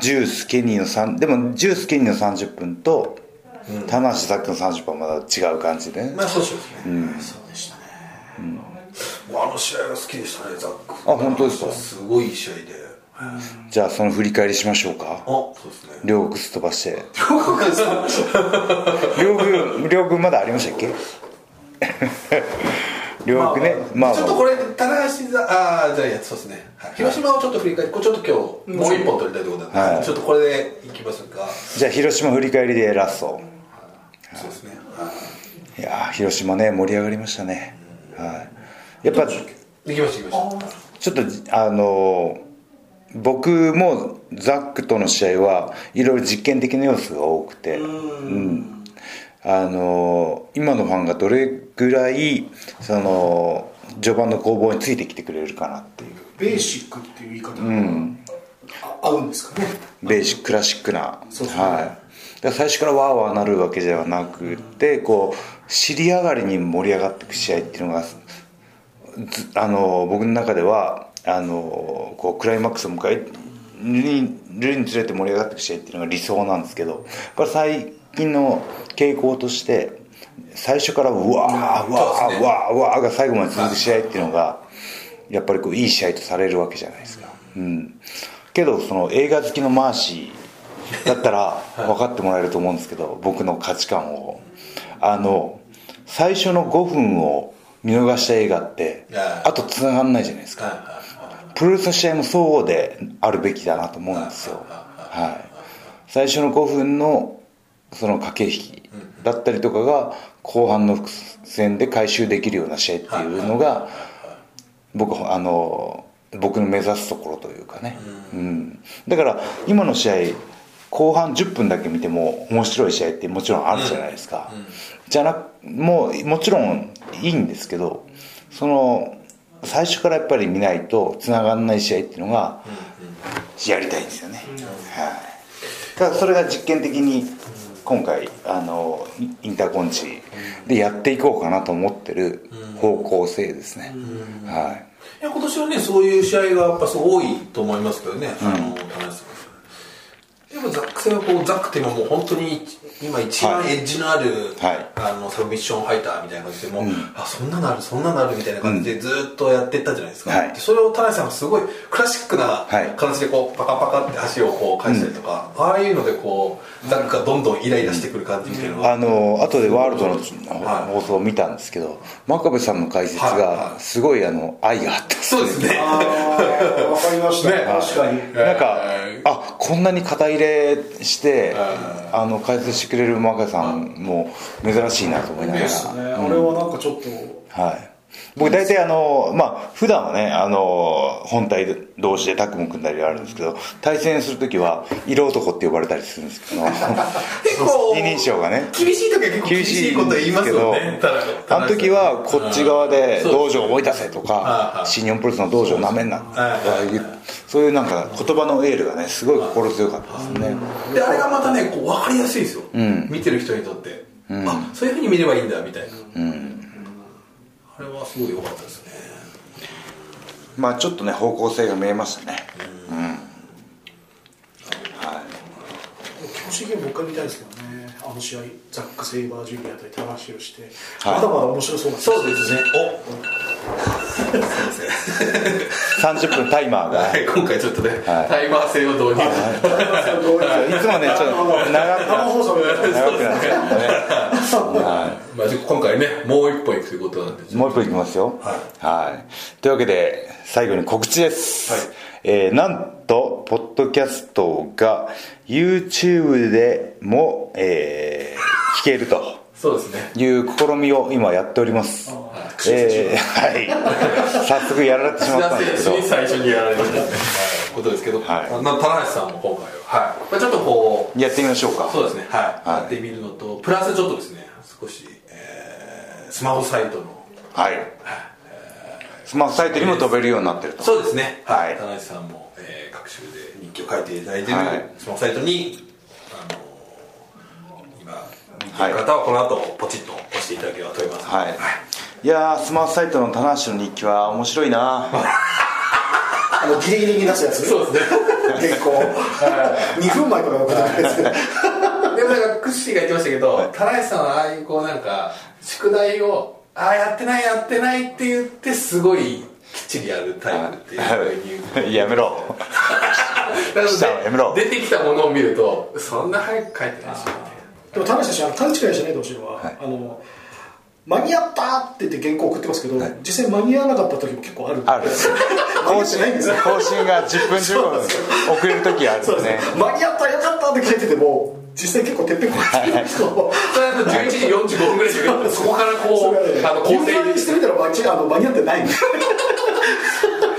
A: ジュースケニーの3でもジュースケニーの30分と棚橋ザックの30分はまだ違う感じでね
B: まあそうですね、
C: そうでしたね
B: あの試合が好きでしたねザックあ
A: 本当ですか
B: すごいいい試合で、あ
A: じゃあその振り返りしましょうか
B: そうですね
A: 両国すっ飛ば して
B: 両国がさ
A: 両軍両軍まだありましたっけ 両軍ねまあ
B: ちょっとこれ棚橋座ああじゃあいやそうですね、はい広島をちょっと振り返ってこれちょっと今日もう一本取りたいところなんで、
A: はい
B: ちょっとこれでいきますか、
A: じゃあ広島振り返りでラスト
B: そうですね、
A: いやー広島ね盛り上がりましたねはいやっぱ
B: できましたできました
A: ちょっとあのー僕もザックとの試合はいろいろ実験的な要素が多くて、うんあのー今のファンがどれぐらいその序盤の攻防についてきてくれるかなっていう
C: ベーシックっていう言い方が、あ合うんですか ね
A: ベーシッククラシックな、
C: そうそう
A: はい、だから最初からわーわーなるわけではなくてこう尻上がりに盛り上がっていく試合っていうのがずあの僕の中ではあのこうクライマックスを迎えにるにつれて盛り上がっていく試合っていうのが理想なんですけどこれ最近の傾向として最初からうわーうわーうわーうわーが最後まで続く試合っていうのがやっぱりこういい試合とされるわけじゃないですか、うん、けどその映画好きのマーシーだったら分かってもらえると思うんですけど僕の価値観をあの最初の5分を見逃した映画って
B: はい
A: あとつながんないじゃないですか
B: はいはい
A: プロレスの試合もそうであるべきだなと思うんですよ、はい、最初の5分のその駆け引きだったりとかが後半の伏線で回収できるような試合っていうのが僕あの僕の目指すところというかね、うんだから今の試合後半10分だけ見ても面白い試合ってもちろんあるじゃないですか、じゃなくもうもちろんいいんですけどその最初からやっぱり見ないと繋がんない試合っていうのがやりたいんですよね、はい、ただそれが実験的に今回あのインターコンチでやっていこうかなと思ってる方向性ですね、はい
B: いや今年はねそういう試合がやっぱすごい多いと思いますけどね、あの田中さんでもザック戦はこうザックって今もう本当に今一番
A: はい
B: エッジのある、
A: はい
B: あのサブミッションファイターみたいな感じでもう、あそんなのあるそんなのあるみたいな感じでずっとやってったじゃないですか、
A: はい
B: でそれを田中さんがすごいクラシックな
A: はい
B: 形でこうパカパカって足をこう返したりとか、ああいうのでこうザックがどんどんイライラしてくる感じみたいなのが、
A: あの後でワールドの
B: はい
A: 放送を見たんですけど真壁さんの解説
B: はいは
A: がすごいあの愛があった
B: そうですね
C: あーわかりました、
B: ね
C: 確かに
B: えー
A: なんか、あこんなに肩入れして、あの解説してくれる真壁さんも珍しいなと思いながら、
C: ですね、あれはなんかちょっと
A: はい、僕大体あのまあ普段はねあの本体同士でタッグも組んだりあるんですけど対戦する時は色男って呼ばれたりするんです けど
B: 結構
A: 二人称がね
B: 厳しい時は結構厳しいこと言いますよ
A: 厳しいん
B: ね
A: ですけどあの時はこっち側で道場を思い出せと
B: はい
A: か
B: はい
A: 新日本プロレスの道場をなめんなとかいうそういうなんか言葉のエールがねすごい心強かったですね
B: であれがまたねこう分かりやすいですよ、見てる人にとって、あそういうふうに見ればいいんだみたいな、あれはすごい良かったですね
A: まあちょっとね方向性が見えましたね
C: 教師ゲームもう一回見たいですけどねあの試合ザック・セイバージュニアといった話をして、
A: はい
C: まだまだ面白そうなんです
B: うですね
A: 30分タイマーが
B: お今回ちょっとね、
A: はい
B: タイマー制を導入、
A: いつもねちょっと長く
C: 生放送みたいな
A: 長くなっちゃうんでね
B: まあ、今回ねもう一本いくということなんでちょっ
A: もう一本いきますよはい、というわけで最後に告知です、
B: はい
A: えーなんとポッドキャストが YouTube でも、えー聞けると
B: とそうですね
A: いう試みを今やっておりますえーはい早速やられてしまったんですけ ど
B: に最初にやられたことですけど、
A: はい
B: まあ、棚橋さんも今回は、はいまあ、ちょっとこう
A: やってみましょうか
B: そうですねはい、
A: はい
B: やってみるのとプラスちょっとですね少し、えースマホサイトの
A: はいスマホサイトにも飛べるようになってると
B: そうですね
A: はい
B: 田中さんも、えー各種で日記を書いていただいてる、
A: はい
B: スマホサイトにあのー今見てる方はこの後ポチッと押していただければと思います
A: はい、い、やースマホサイトの棚橋の日記は面白いな
C: あのギリギリに出すやつ
B: そうですね
C: 結構2分前とかのことなんですけど
B: でもなんかクッシーが言ってましたけど田中さんはああいうこうなんか宿題をああやってないやってないって言ってすごいきっちりやるタイプっていうふうに言う
A: やめろ
B: なの
A: 下をやめろ
B: で出てきたものを見るとそんな早く書いてないし
C: でも田中選手あの勘違いしないでほしいのは、あの間に合ったって言って原稿送ってますけど、実際間に合わなかった時も結構あるんで
A: あるんですよ
C: 間に合
A: 更
C: って
A: 新
C: ないんですよ
A: 更新が10分15分遅れる時あるんで
C: そう
A: すね
C: ですね間に合ったよかったって書いてても実際結構てっぺんこってる人も
B: それだと11時45分ぐらいで見るとそこからこうあの構
C: 構成
B: 成
C: にしてみたら間にあの間に合ってないんで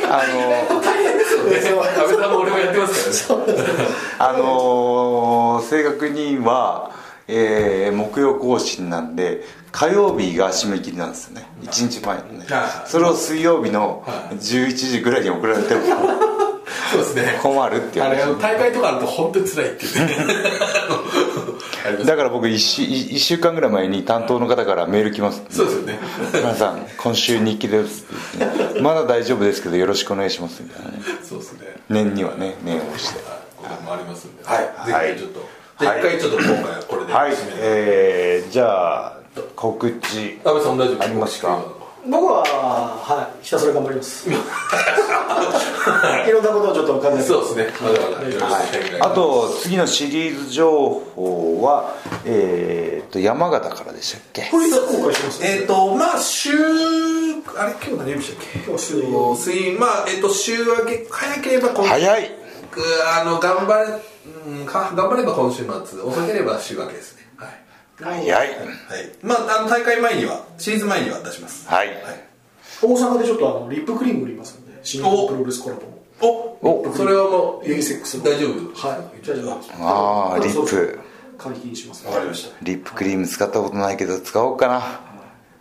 A: あの
B: 大変ですよね安倍さんも俺もやってますからね
A: あのー正確には、えー木曜更新なんで火曜日が締め切りなんですよね1日前のね
B: はい
A: それを水曜日の
B: は
A: 11時ぐらいに送られても
B: そうですね
A: 困るっていう
B: あれ
A: 話
B: あの大会とかあると本当に辛いっていうねあります
A: だから僕 1, 1週間ぐらい前に担当の方からメール来ます
B: そうですよね
A: 皆さん今週日記ですって言ってねまだ大丈夫ですけどよろしくお願いしますみたいなね
B: そうですね
A: 念にはね念をして
B: これもありますんではい
A: はい
B: ぜひちょっとじゃあ一回ちょっと今回はこれで
A: はい
B: 締めて
A: えー、じゃあ告知
B: 安倍さんも大丈夫
A: ありますか
C: 僕ははいひたすら頑張りま すいろんなことをちょっと考えて
B: そうですねまだまだよろしくお願いします
A: あと次のシリーズ情報はえー、と山形からでしたっけ
C: これいつ公開します
B: えっ、とまあ週あれ今日何曜日でしたっけ
C: 今日水曜
B: 水まあえっ、と週明け早ければ今週
A: 早い
B: あの頑張れ、うん、か頑張れば今週末遅ければ週明けですねは
A: 早
B: い、
A: い
B: はい、まああの大会前にはシリーズ前には出します
A: はい、
C: 大阪でちょっとあのリップクリーム売りますんで新日本プロレスコラボ
B: お
C: お
B: それはもう
C: ユニセックスの
B: 大丈夫
C: はい大丈夫です
A: あー
C: ただそろそろ
A: リップ
C: 解禁します
B: わかりました
A: リップクリーム使ったことないけど使おうかな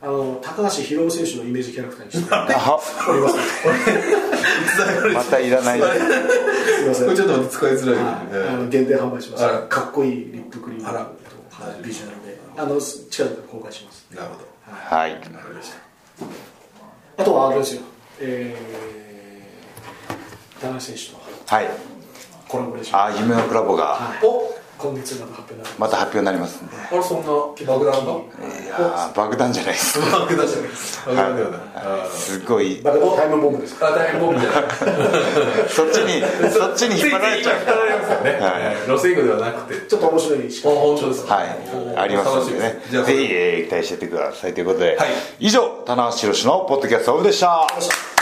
C: あの高橋宏夢選手のイメージキャラクタ ーにして
A: あは
C: おります
A: ま たいらない
B: こ
C: すいません
B: れちょっと使いづらい
C: あ
B: よね
C: の限定販売しまし
B: あら
C: たかっこいいリップクリームと
B: あら
C: はいビジュアルであの近くで公開します
B: なるほど
A: はい
B: わかりました
C: あとはあれですよえー田中選手と
A: はい
C: コラボレーション
A: あー夢のコラボが
C: はい
B: お
C: 今月の発表になる
A: また発表になりますんで
B: あれそんな爆弾が
A: いやー爆弾じゃないです
B: 爆弾じゃないです爆弾ではないあ
A: すごい
C: バカとタイムボムです
B: ーあ大変ボムじゃない
A: そっちにそっちに引っ張られちゃう
B: 引っ張られますよねはい路線区ではなくて
C: ちょっと面白いし
B: あ本当ですか
A: はい、ありますんでね
B: 楽しみ、じゃあ
A: ぜひ、えー期待しててくださいということで、
B: はい
A: 以上、棚橋宏のポッドキャストオフでした。
C: ました